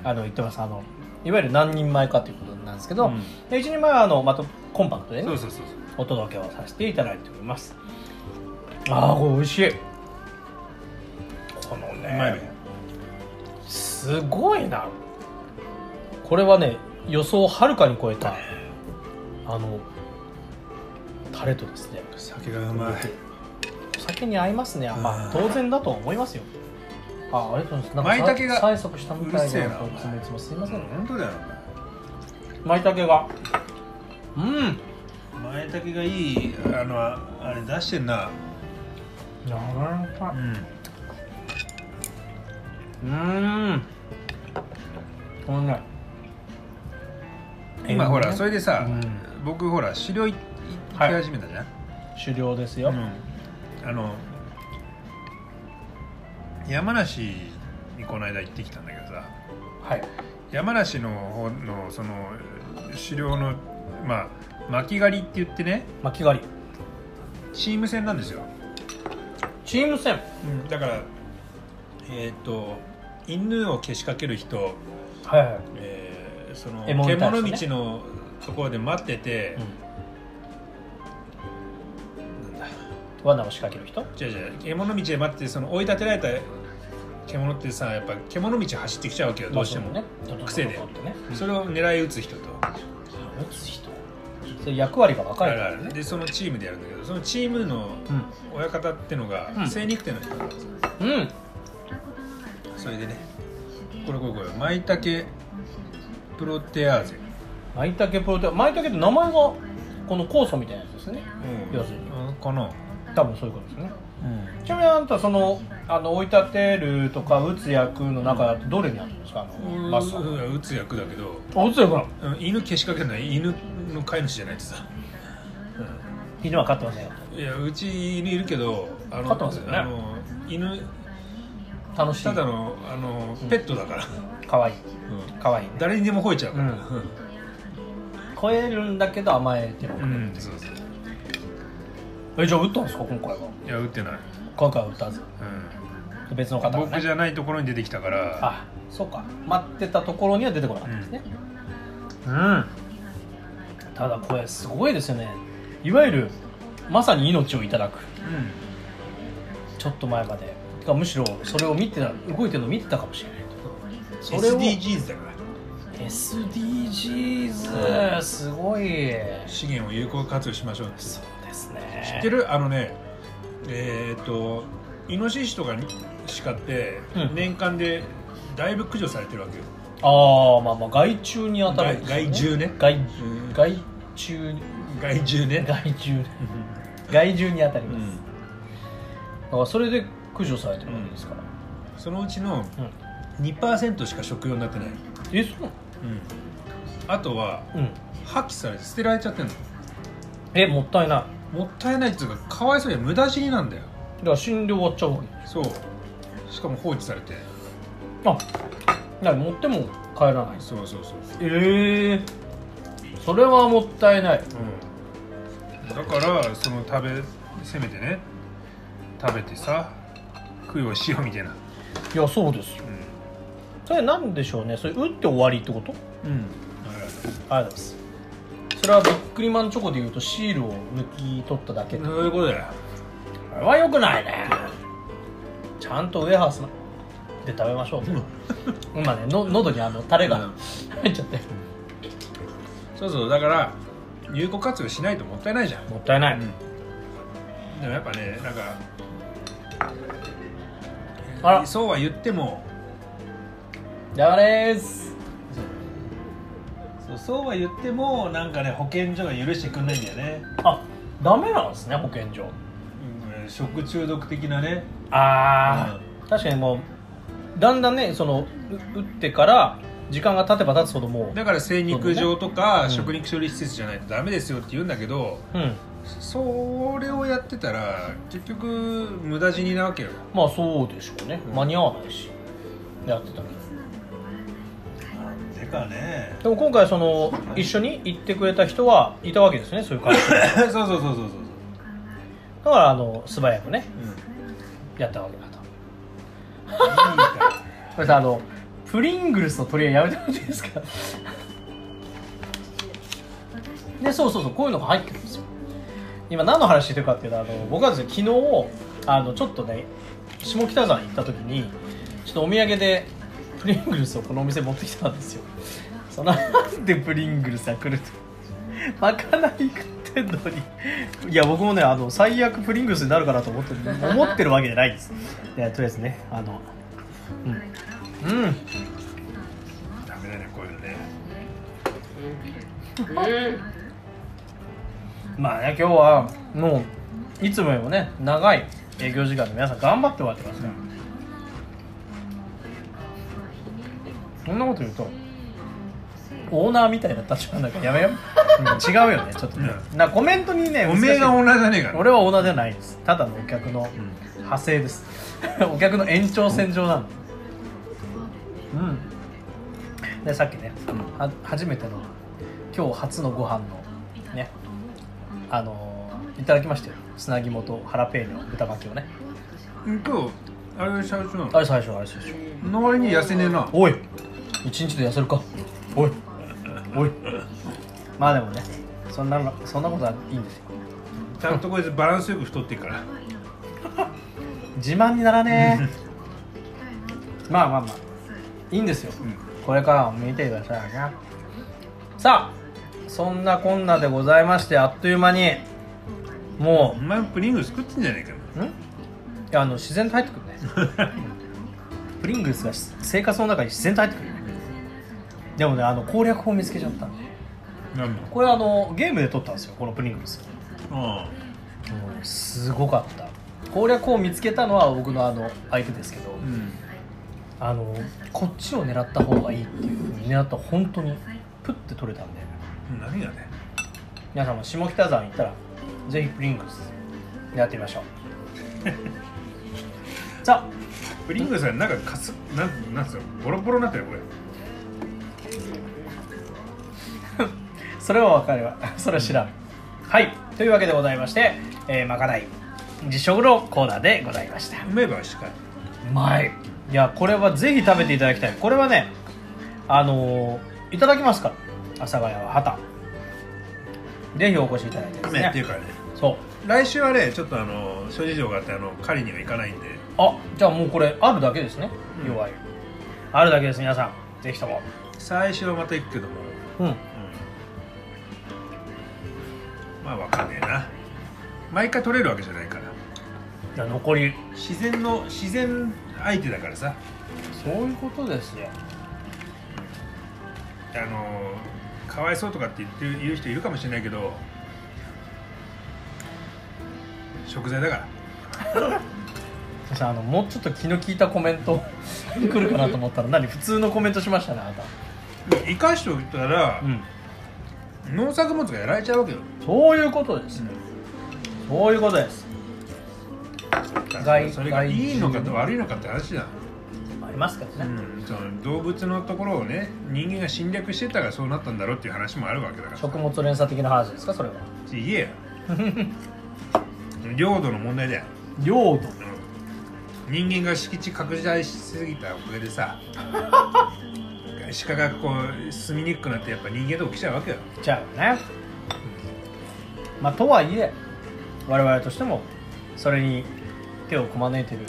S2: うん
S1: あの言ってますあのいわゆる何人前かということなんですけど、
S2: うん
S1: で一人前はあのまたコンパクトでね
S2: そうそうそうそう
S1: お届けをさせていただいておりますああこれ美味しいこの
S2: うまいね
S1: ねすごいなこれはね予想をはるかに超えたあのタレとですね
S2: 酒がうまい
S1: お酒に合いますねあまあ
S2: うん
S1: 当然だとは思いますよあありがとうございます
S2: 舞茸が
S1: 催促したみた
S2: うる
S1: い
S2: せえ
S1: な
S2: な
S1: こいつもいつもすいませんね
S2: 本当だよ
S1: 舞茸がうん
S2: 前茸がいいあのあれ出してんな
S1: やわらか
S2: うん
S1: いうんこのね
S2: 今ほらそれでさ、
S1: うん
S2: 僕ほら狩猟行き
S1: はい
S2: 始めたじゃん、
S1: 狩猟ですよ、
S2: うんあの山梨にこの間行ってきたんだけどさ
S1: はい
S2: 山梨の方のその狩猟のまあ巻き狩りって言ってね
S1: 巻き狩り
S2: チーム戦なんですよ、
S1: チーム戦
S2: だからえーっ、と犬をけしかける人、
S1: はいはい、
S2: えーその
S1: 獲物に対してね
S2: 獣道のところで待ってて、なんだ
S1: 罠を仕掛ける人
S2: じゃじゃ獣道で待っててその追い立てられた獣ってさやっぱ獣道走ってきちゃうわけよどうしても、
S1: まあ
S2: 癖で
S1: そうだね
S2: それを狙い撃つ人と、
S1: 打つ人それ役割が分かれて
S2: あ
S1: る
S2: るあ
S1: ね
S2: るでそのチームでやるんだけどそのチームの親方ってのが
S1: うん
S2: 精肉店の人なんですよ、
S1: うん、うん、
S2: それでねこれこれこれ舞茸プロテアーゼ、
S1: 舞茸プロテイン舞茸って名前がこの酵素みたいなやつですね
S2: うん
S1: 要するに
S2: うんこの、
S1: 多分そういうことですねちなみにあんたそのあの追い立てるとか打つ役の中だとどれにあるんですかあの
S2: うん
S1: マスさんあ
S2: 打つ役だけど
S1: 打つ役なの
S2: うん犬けしかけない犬の飼い主じゃないとさ、うん
S1: 犬は飼ってませんよ
S2: いやうち犬いるけどあ
S1: 飼ってますよね
S2: あの犬
S1: 楽しい
S2: ただのあのペットだから、
S1: かわいいかわいい
S2: 誰にでも吠えちゃうから、
S1: うん超えるんだけど甘えてる
S2: うんうんそうそう
S1: えじゃあ打ったんですか今回はい
S2: や打ってない、
S1: 今回は打たず
S2: う
S1: 別の方が、
S2: ん、
S1: ね、
S2: 僕じゃないところに出てきたから
S1: あそうか待ってたところには出てこなかったんですねうん、ただこれすごいですよねいわゆるまさに命をいただく
S2: う
S1: ちょっと前までてかむしろそれを見てた動いてるのを見てたかもしれないそ
S2: ん
S1: れを
S2: SDGs だから
S1: SDGs すごい
S2: 資源を有効活用しましょうって
S1: そうですね
S2: 知ってるあのねえーっとイノシシとかに鹿って
S1: うん
S2: 年間でだいぶ駆除されてるわけよ、
S1: ああまあまあ害虫に当たるんですよ
S2: 害害獣ね
S1: 害
S2: うん
S1: 害虫
S2: 害獣ね
S1: 害虫ね害獣に当たり
S2: う
S1: ます、
S2: ん
S1: だからそれで駆除されてるわけですから、
S2: そのうちの
S1: うん
S2: 2%しか食用になってない、う
S1: えそうなの
S2: ん、あとは
S1: うん
S2: 破棄されて捨てられちゃってんの
S1: えもったいない
S2: もったいないっていうかかわいそうや無駄死になんだよ
S1: だから死んで終わっちゃうわけ
S2: そうしかも放置されて
S1: あだから持っても帰らないです
S2: そうそうそうそう、
S1: ええそれはもったいない
S2: うん、だからその食べせめてね食べてさ供養しようみたいない
S1: やそうですよそれなんでしょうねそれ打って終わりってこと
S2: うん、うん、
S1: ありがとうございますそれはビックリマンチョコでいうとシールを抜き取っただけこ
S2: そういうことだよ
S1: れはよくないねちゃんとウェハースで食べましょう今ねの喉にあのタレ
S2: う
S1: が
S2: ん
S1: 入っちゃって
S2: そうそうだから有効活用しないともったいないじゃん
S1: もったいな
S2: う
S1: い
S2: ん、でもやっぱねなんか
S1: あら
S2: そうは言っても
S1: ダメです
S2: そうそうは言ってもなんかね保健所が許してくんないんだよね、
S1: あダメなんですね保健所
S2: うん、食中毒的なね
S1: ああ、確かにもうだんだんねそのう打ってから時間が経てば経つほどもう
S2: だから精肉場とか、
S1: うん
S2: 食肉処理施設じゃないとダメですよって言うんだけど
S1: うん
S2: それをやってたら結局無駄死になわけよ
S1: まあそうでしょうね
S2: うん
S1: 間に合わないしやってたけど
S2: てかね
S1: でも今回その一緒に行ってくれた人はいたわけですねそういう感じだ
S2: そうそうそうそうそうそう、
S1: からあの素早くね
S2: う
S1: やったわけだとこれさあのプリングルスの取り合いやめてもらっていいですかでそうそうそうこういうのが入ってるんですよ今何の話してるかっていうとあの僕はですね昨日あのちょっとね下北沢に行った時にちょっとお土産でプリングルスをこのお店持ってきたんですよそんななんでプリングルスが来るとまかない食ってんのにいや僕もねあの最悪プリングルスになるかなと思って思ってるわけじゃないですいやとりあえずねあのうん、うん、
S2: ダメだねこういうのね
S1: まあね今日はもういつもよりもね長い営業時間で皆さん頑張って終わってますからそんなこと言うとオーナーみたいな立場なんだからやめよう、うん、違うよねちょっとねなコメントにね
S2: おめえが
S1: 難しい
S2: オーナーじゃねえから
S1: 俺はオーナーじゃないですただのお客の派生です、 お客の延長線上なのうんでさっきねあのは初めての今日初のご飯のねあのーいただきましたよ砂肝とハラペーニョ豚巻きをね
S2: うん今日あれ社長
S1: あれ最初あれ最初
S2: の割に痩せねえな
S1: おい一日で痩せるかおい おいまあでもねそんなのそんなことはいいんですよ
S2: ちゃんとこいつバランスよく太ってっから
S1: 自慢にならねえまあまあまあいいんですよ、
S2: うん
S1: これからも見てくださいねさあそんなこんなでございましてあっという間にも
S2: お前もプリングルス食ってんじゃねえかよ
S1: ううんいやあの自然と入ってくるねプリングルスが生活の中に自然と入ってくるねでもねあの攻略法見つけちゃった
S2: 何
S1: これあのゲームで撮ったんですよこのプリングルス
S2: の
S1: もうねすごかった攻略法を見つけたのは僕のあの相手ですけど、
S2: うんうん
S1: あのこっちを狙った方がいいっていうふうに狙ったら本当にプッて取れたんで
S2: 何がね
S1: 皆さんも下北沢に行ったらぜひプリングルスやってみましょう さ
S2: プリングルスはなんかかすなんなんすかボロボロになってるよこれ
S1: あそれは分かるわ それは知らんはいというわけでございまして、えーまかない実食のコーナーでございました
S2: うめえばしかいう
S1: まいいやこれはぜひ食べていただきたいこれはねあのーいただきますから阿佐ヶ谷は旗ぜひお越しいただいてです
S2: めえってい
S1: ね
S2: うかね
S1: そう
S2: 来週はねちょっとあの諸事情があってあの狩りには行かないんで
S1: あじゃあもうこれあるだけですね、
S2: うん
S1: 弱いあるだけです皆さんぜひとも
S2: 最初はまた行くけども
S1: うん
S2: うんまあわかんねえな毎回取れるわけじゃないから
S1: じゃあ残り
S2: 自然の自然相手だからさ
S1: そういうことですよ
S2: あのかわいそうとかって言ってる言う人いるかもしれないけど食材だから
S1: さあのもうちょっと気の利いたコメント 来るかなと思ったら何普通のコメントしましたねあなた
S2: 生かしておいたら
S1: う、ん
S2: 農作物がやられちゃうわけよ、
S1: そういうことです、そういうことです害
S2: それが
S1: 害
S2: いいのかと悪いのかって話だ、
S1: ありますから
S2: う
S1: ね、
S2: ん、その動物のところをね人間が侵略してたからそうなったんだろうっていう話もあるわけだから
S1: 食物連鎖的な話ですかそれは
S2: 言えよ 領土の問題だよ、
S1: 領土
S2: うん人間が敷地拡大しすぎたおかげで さ鹿がこう住みにくくなってやっぱ人間と起きちゃうわけよ
S1: じゃあねまあとはいえ我々としてもそれに手をこまねいてる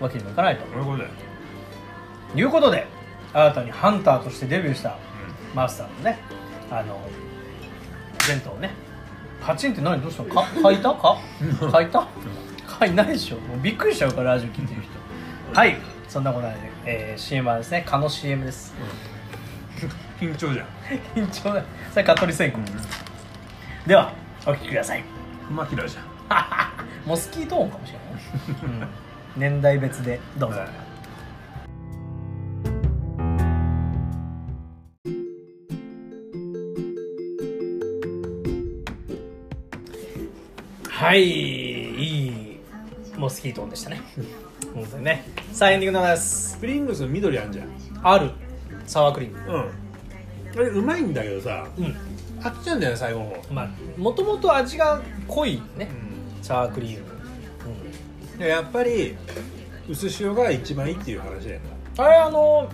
S1: わけにもいかないと
S2: そういうことだよ、
S1: いうことで新たにハンターとしてデビューしたマスターのねあの弁当をねパチンって何どうしたのか書いたか書いた書いないでしょもうびっくりしちゃうからラジオ聞いてる人はいそんなことないで、えー、CM はですね蚊の CM です
S2: うん、緊張じゃん
S1: 緊張だそれ蚊取り線香ではお聞きください
S2: マキラじゃん
S1: モスキート音かもしれない、うん年代別でどうぞ、はい、いいモスキート音でしたね。本当にね。さあ、エンディングの話です。
S2: プリングスの緑あんじゃん
S1: あるサワークリーム。
S2: うんあれうまいんだけどさ
S1: うん。
S2: 飽きちゃうんだよね最後の方
S1: まあ、もともと味が濃いね、サワークリーム。
S2: うんでやっぱり薄塩が一番いいっていう話だよな
S1: あれあの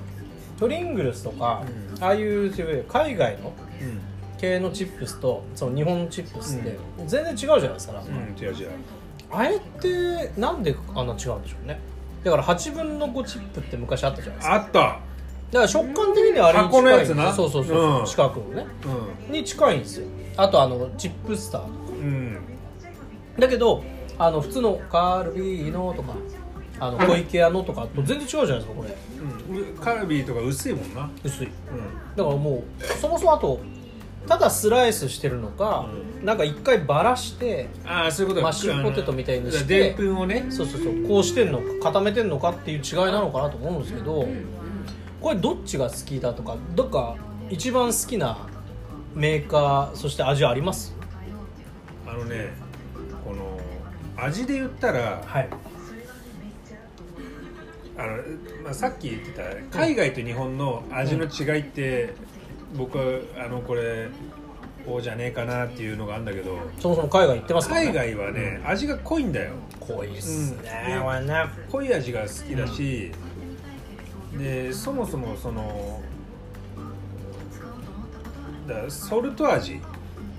S1: プリングルスとか、
S2: う
S1: ああいういわゆる海外の
S2: うん
S1: 系のチップスとその日本のチップスって全然違うじゃないですか、なんか
S2: うん違う違う
S1: あれってなんであんな違うんでしょうねだから8分の5チップって昔あったじゃないですか
S2: あった
S1: だから食感的にはあれに近い
S2: 箱のやつな
S1: そうそうそう、
S2: うん
S1: 四角のねに近いんですよあとあのチップスター
S2: うん
S1: だけどあの普通のカルビーノとかあの小池屋のとかと全然違うじゃないですかこれ
S2: うんカルビーとか薄いもんな
S1: 薄い
S2: うん
S1: だからもうそもそもあとただスライスしてるのか、なんか一回ばらして
S2: ああそういうことだ
S1: マッシュポテトみたいにして
S2: あのでんぷんをね
S1: そうそうそうこうしてんのか固めてんのかっていう違いなのかなと思うんですけどこれどっちが好きだとかどっか一番好きなメーカーそして味あります
S2: あのねこの味で言ったら
S1: はい
S2: あの、まあ、さっき言ってた海外と日本の味の違いって、僕はあのこれこうじゃねえかなっていうのがあるんだけど
S1: そもそも海外行ってますから、ね、
S2: 海外はね、味が濃いんだよ
S1: 濃いっすね、
S2: うん
S1: これね
S2: 濃い味が好きだし、でそもそもそのだからソルト味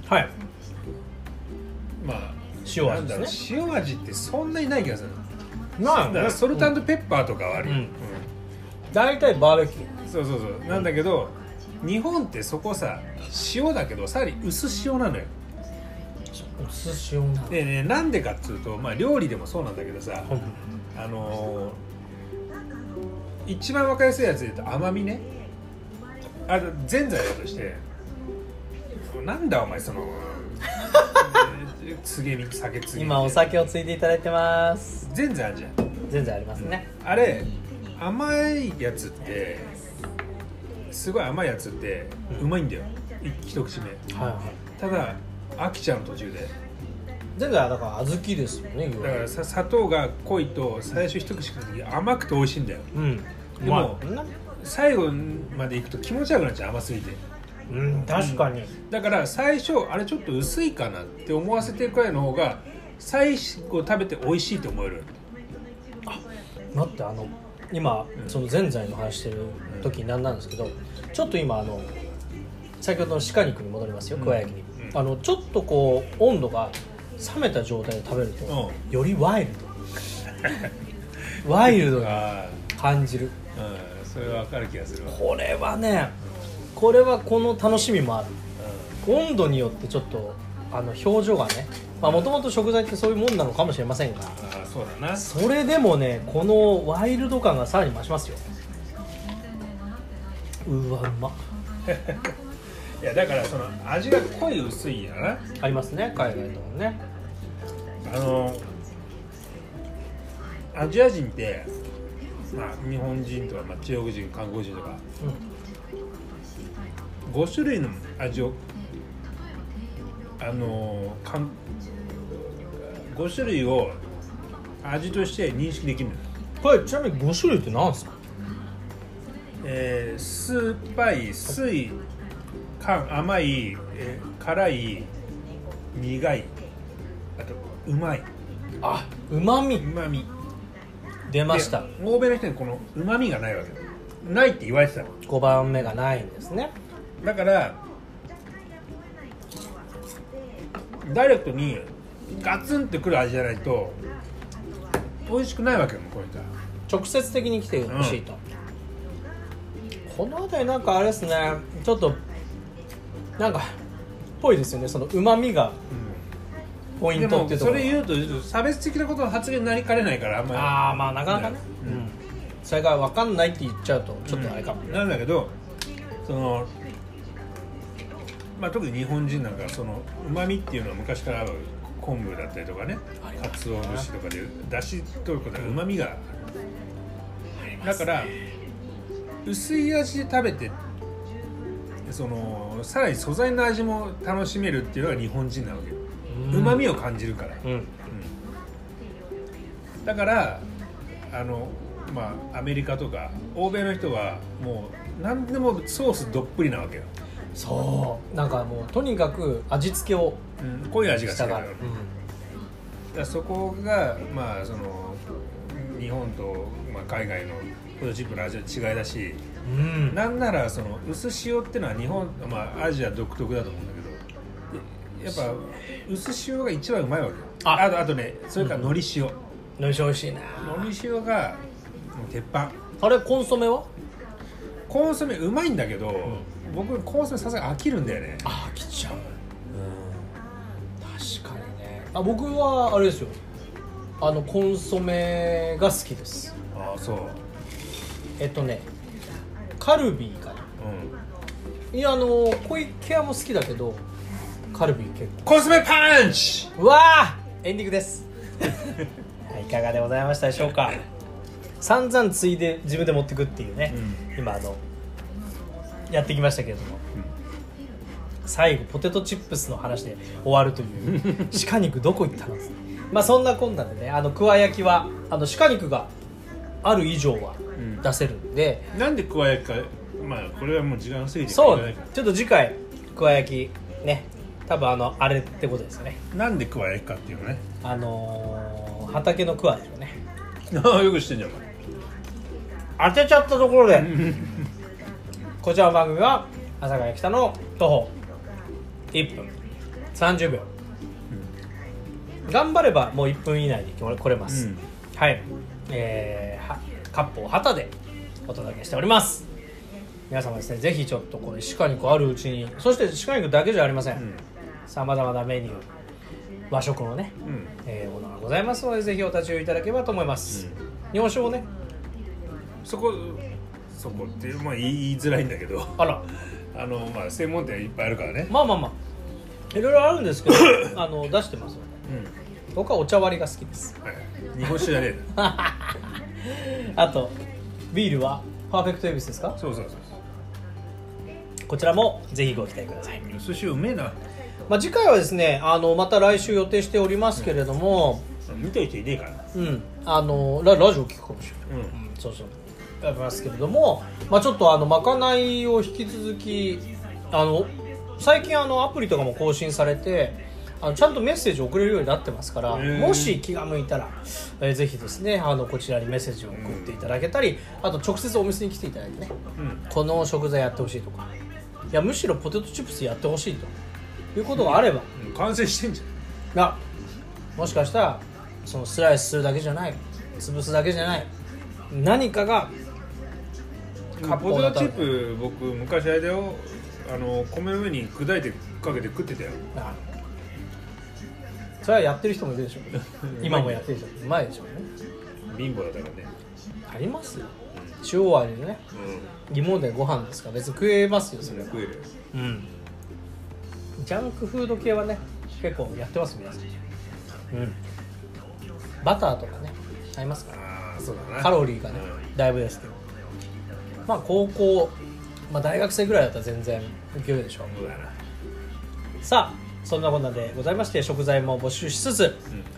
S1: はい
S2: まあ
S1: 塩
S2: な
S1: 味
S2: んだろ
S1: で
S2: う
S1: す
S2: 塩味ってそんなにない気がする
S1: ねな
S2: だ
S1: ん
S2: からソルトペッパーとかはあるよ、
S1: うん大体バーベキュー
S2: うんそうそうそうなんだけど日本ってそこさ塩だけどさらに薄塩なのよ
S1: お寿司をな
S2: でねなんでかっつうと、まあ、料理でもそうなんだけどさあのー一番わかりやすいやつで言うと甘みねあのぜんざいだとしてなんだお前 そのえーつげみ酒つげみ
S1: 今お酒をついていただいてます
S2: ぜんざいあるじゃん
S1: 全然ありますね
S2: あれ甘いやつってすごい甘いやつってうまいんだよ一一口目
S1: はいはい
S2: ただ飽きちゃうの途中で
S1: 全然だから小豆ですよねいわゆ
S2: だか
S1: る
S2: らさ砂糖が濃いと最初一口食う時甘くて美味しいんだよ
S1: うん
S2: でも
S1: うまい
S2: 最後までいくと気持ち悪くなっちゃう甘すぎて
S1: うん確かに、
S2: だから最初あれちょっと薄いかなって思わせてるくらいの方が最後食べて美味しいと思える
S1: 待ってあの今
S2: うん
S1: そのぜんざいの話してる時になんなんですけどちょっと今あの先ほどの鹿肉に戻りますよ
S2: うん
S1: 桑焼きに、
S2: うん
S1: あのちょっとこう温度が冷めた状態で食べると、
S2: う
S1: よりワイルドワイルドが
S2: あ
S1: 感じる
S2: あうんそれはわかる気がするわ、
S1: これはねこれはこの楽しみもある
S2: う
S1: 温度によってちょっとあの表情がねもともと食材ってそういうもんなのかもしれませんが
S2: ん、ああそうだな
S1: それでもねこのワイルド感がさらに増しますようわうま
S2: いやだからその味が濃い薄いやな
S1: ありますね海外ともね
S2: あのアジア人って、まあ、日本人とか、まあ、中国人韓国人とか5種類の味をあのかん5種類を味として認識できるのよ、
S1: これちなみに5種類って何ですか
S2: えー、酸っぱい水感甘い、えー辛い苦いあとうまい
S1: あうま
S2: う
S1: み
S2: まみ
S1: 出ました
S2: で欧米の人にこのうまみがないわけよないって言われてたの
S1: 5番目がないんですね
S2: だからダイレクトにガツンってくる味じゃないと美味しくないわけよ向こうにから
S1: 直接的に来てほしいと、この辺りなんかあれですねちょっとなんかっぽいですよねそのうまみがポイ
S2: で
S1: ント
S2: も
S1: っていうと
S2: そ
S1: ころ
S2: れ言うとちょっと差別的なことの発言になりかねないからあんまり
S1: ああまあなかなかね、
S2: う
S1: うんんそれが分かんないって言っちゃうとちょっとあれかも、
S2: うんなんだけどそのまあ特に日本人なんかはそのうまみっていうのは昔からある昆布だったりとかねかつお節とかでだし取ることはうまみがあるだから薄い味で食べてそのさらに素材の味も楽しめるっていうのが日本人なわけようまみを感じるから、
S1: うん
S2: うんだからあのまあアメリカとか欧米の人はもう何でもソースどっぷりなわけよ、
S1: そうなんかもうとにかく味付けを
S2: うん、こういう味が
S1: し
S2: する
S1: た
S2: か
S1: が
S2: ら
S1: る
S2: だからそこがまあその日本と、まあ、海外のポテトチップの味の違いだし
S1: うん
S2: なんならその薄塩ってのは日本、まあ、アジア独特だと思うんだけどやっぱ薄塩が一番うまいわけよ
S1: あ
S2: あとあとねそれから海苔塩、
S1: のりしおいしいな
S2: 海苔塩がもう鉄板
S1: あれコンソメは
S2: コンソメうまいんだけど、僕コンソメさすがに飽きるんだよね
S1: あ飽きちゃう確かにねあ僕はあれですよあのコンソメが好きです
S2: ああそう
S1: えっとねカルビーかな
S2: うん
S1: いやあの小池屋も好きだけどカルビー結構
S2: コンソメパンチ
S1: うわあエンディングです はいいかがでございましたでしょうか散々ついで自分で持ってくっていうね、今あのやってきましたけれども、最後ポテトチップスの話で終わるという 鹿肉どこ行ったのまあそんなこんなでねあのくわ焼きはあの鹿肉がある以上は
S2: ん
S1: 出せるんで、
S2: なんで加えるかまあこれはもう時間過ぎてしょ
S1: そうう
S2: がな
S1: ね
S2: いか
S1: ちょっと次回くわ焼きね多分あのあれってことですよね
S2: らなんで加えるかっていうのね
S1: あのー、畑のくわですよね
S2: ああよく知ってんじゃん
S1: 当てちゃったところでこちらの番組は阿佐ヶ谷北の徒歩1分30秒、頑張ればもう1分以内に来れます、
S2: うん
S1: はいえー、はカップを旗でお届けしております皆様ですねぜひちょっとこれ鹿肉あるうちにそして鹿肉だけじゃありませんさまざまなメニュー和食のね、
S2: うんうん
S1: えー、ものがございますのでぜひお立ち寄りいただければと思います、日本酒もね
S2: そこそこってまあ言い言いづらいんだけど
S1: あら
S2: あのまあ専門店いっぱいあるからね、
S1: まあまあまあいろいろあるんですけどあの出してますよ
S2: う
S1: 僕はお茶割りが好きです
S2: んはい、日本酒じゃねえな
S1: あとビールはパーフェクトエビスですか
S2: そうそうそうそ
S1: こちらもぜひご期待ください、
S2: う寿司うめえな
S1: まあ、次回はですねあのまた来週予定しておりますけれども
S2: 見といていねえから
S1: うん、あのララジオ聞くかもしれない
S2: うん
S1: うん、そうそうありますけれども、まあ、ちょっとあのまかないを引き続きあの最近あのアプリとかも更新されてあのちゃんとメッセージ送れるようになってますから
S2: へー
S1: もし気が向いたら、えーぜひですねあのこちらにメッセージを送っていただけたりあと直接お店に来ていただいてね
S2: うん
S1: この食材やってほしいとかいやむしろポテトチップスやってほしいということがあれば
S2: うん完成してんじゃん
S1: なもしかしたらそのスライスするだけじゃない潰すだけじゃない何かが割
S2: ポ
S1: 烹
S2: テ
S1: だ
S2: ト
S1: と
S2: チップ僕昔あれだよあの米の上に砕いてかけて食ってたよ
S1: あそれはやってる人もいるで しょう今もやってるでしょうまいでしょうね
S2: 貧乏だからね
S1: ありますよ中央味でね疑問でご飯ですから別に食えますよそ
S2: うん
S1: れは
S2: 食える
S1: うんジャンクフード系はね結構やってます皆さんうんバターとかね合いますから
S2: ああそうだな
S1: カロリーがね
S2: う
S1: だいぶですけどまあ高校、まあ、大学生ぐらいだったら全然いけるでしょうん
S2: そうだな
S1: さあそんなこんなでございまして食材も募集しつつ、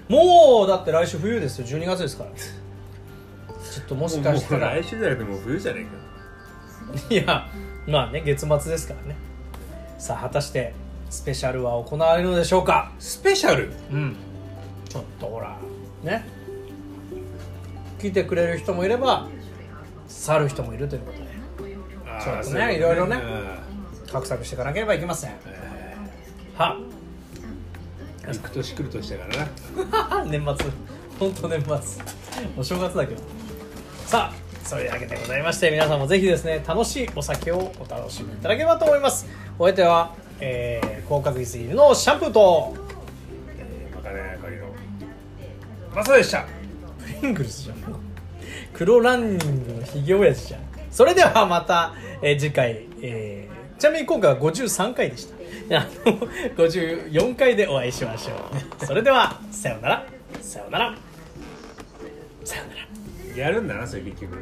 S1: もうだって来週冬ですよ12月ですからちょっともしかした
S2: も
S1: ら
S2: う
S1: い
S2: 来週じゃなくてもう冬じゃねえか
S1: やまあね月末ですからねさあ果たしてスペシャルは行われるのでしょうか
S2: スペシャル
S1: うんちょっとほらね聞いてくれる人もいれば去る人もいるということで
S2: あー
S1: ちょっとね
S2: そうだ
S1: いろいろね
S2: うん
S1: 画策していかなければいけません
S2: え
S1: は
S2: ー行く年来る年だからな
S1: 年末本当年末お正月だけどさあそういうわけでございまして皆さんもぜひですね楽しいお酒をお楽しみいただければと思いますお相手は、えー、高確率ビールのシャンプーと
S2: えーまかない赤いのまさでした
S1: プリングルスじゃん黒ランニングのひげおやじじゃんそれではまた、えー次回、えーちなみに今回は53回でしたいやあの54回でお会いしましょうそれではさようならさようならさようなら
S2: やるんだなそれ結局